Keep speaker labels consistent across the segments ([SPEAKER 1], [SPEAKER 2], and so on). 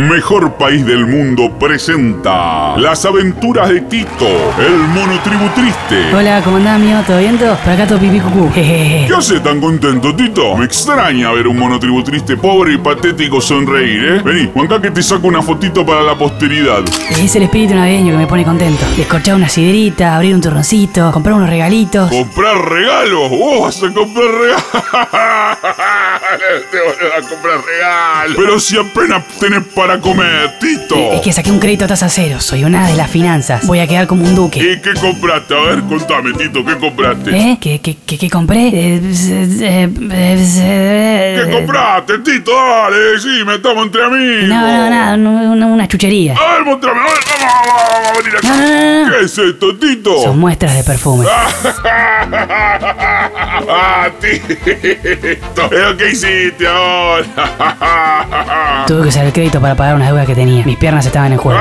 [SPEAKER 1] Mejor País del Mundo presenta Las aventuras de Tito, el mono tribu triste.
[SPEAKER 2] Hola, ¿cómo andás, mío? ¿Todo bien? todo? Por acá todo pipí cucú. Jejeje.
[SPEAKER 1] ¿Qué hace tan contento, Tito? Me extraña ver un mono tribu triste pobre y patético sonreír, ¿eh? Vení, acá que te saco una fotito para la posteridad.
[SPEAKER 2] Es el espíritu navideño que me pone contento. Descorchar una siderita, abrir un turroncito, comprar unos regalitos.
[SPEAKER 1] ¿Comprar regalos? ¡Oh, vas a comprar regalos! ¡Te vas a comprar regalos! Pero si apenas tenés para comer, Tito.
[SPEAKER 2] Es que saqué un crédito a tasa cero. Soy una de las finanzas. Voy a quedar como un duque.
[SPEAKER 1] ¿Y qué compraste? A ver, contame, Tito, ¿qué compraste?
[SPEAKER 2] ¿Eh? ¿Qué, qué, qué, qué compré? Eh, eh, eh,
[SPEAKER 1] ¿Qué compraste, Tito? Dale, sí, me estamos entre amigos.
[SPEAKER 2] No, no, nada. no, no, una chuchería.
[SPEAKER 1] A ver, mostrame, a ver, vamos, vamos, vamos, vamos, venir acá.
[SPEAKER 2] No, no, no, no.
[SPEAKER 1] ¿Qué es esto, Tito?
[SPEAKER 2] Son muestras de perfume.
[SPEAKER 1] ah, Tito, ¿pero qué hiciste ahora?
[SPEAKER 2] Tuve que usar el crédito para pagar unas deudas que tenía. Mis piernas estaban en juego.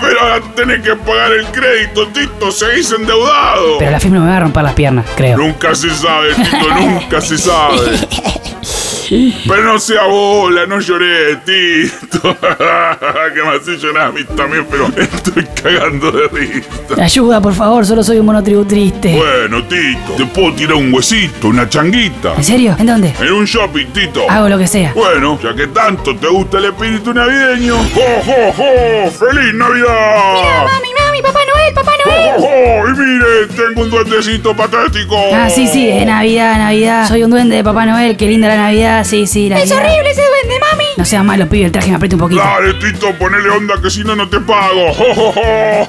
[SPEAKER 1] Pero ahora tenés que pagar el crédito, Tito, seguís endeudado.
[SPEAKER 2] Pero la FIM no me va a romper las piernas, creo.
[SPEAKER 1] Nunca se sabe, Tito, nunca se sabe. Pero no sea bola, no lloré, Tito. que me hace llorar a mí también, pero estoy cagando de risa.
[SPEAKER 2] Ayuda, por favor, solo soy un monotribu triste.
[SPEAKER 1] Bueno, Tito, te puedo tirar un huesito, una changuita.
[SPEAKER 2] ¿En serio? ¿En dónde?
[SPEAKER 1] En un shopping, Tito.
[SPEAKER 2] Hago lo que sea.
[SPEAKER 1] Bueno, ya que tanto te gusta el espíritu navideño. ¡Jo, jo, jo! ¡Feliz Navidad!
[SPEAKER 3] Mami, mami, Papá Noel, Papá
[SPEAKER 1] ¡Jo,
[SPEAKER 3] Noel.
[SPEAKER 1] jo, jo! Y mire, tengo un duendecito patético.
[SPEAKER 2] Ah, sí, sí, es Navidad, Navidad. Soy un duende de Papá Noel, qué linda la Navidad, sí, sí, la
[SPEAKER 3] Es
[SPEAKER 2] Navidad.
[SPEAKER 3] horrible ese duende, mami.
[SPEAKER 2] No seas malo, pibe, el traje me aprieta un poquito.
[SPEAKER 1] Dale, Tito, ponele onda que si no, no te pago. ¡Jo, jo, jo,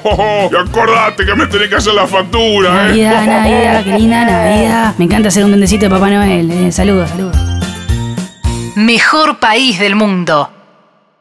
[SPEAKER 1] jo, jo! Y acordate que me tenés que hacer la factura, ¿eh?
[SPEAKER 2] Navidad, Navidad, qué linda Navidad. Me encanta ser un duendecito de Papá Noel. eh, Saludos, saludos.
[SPEAKER 4] Mejor país del mundo.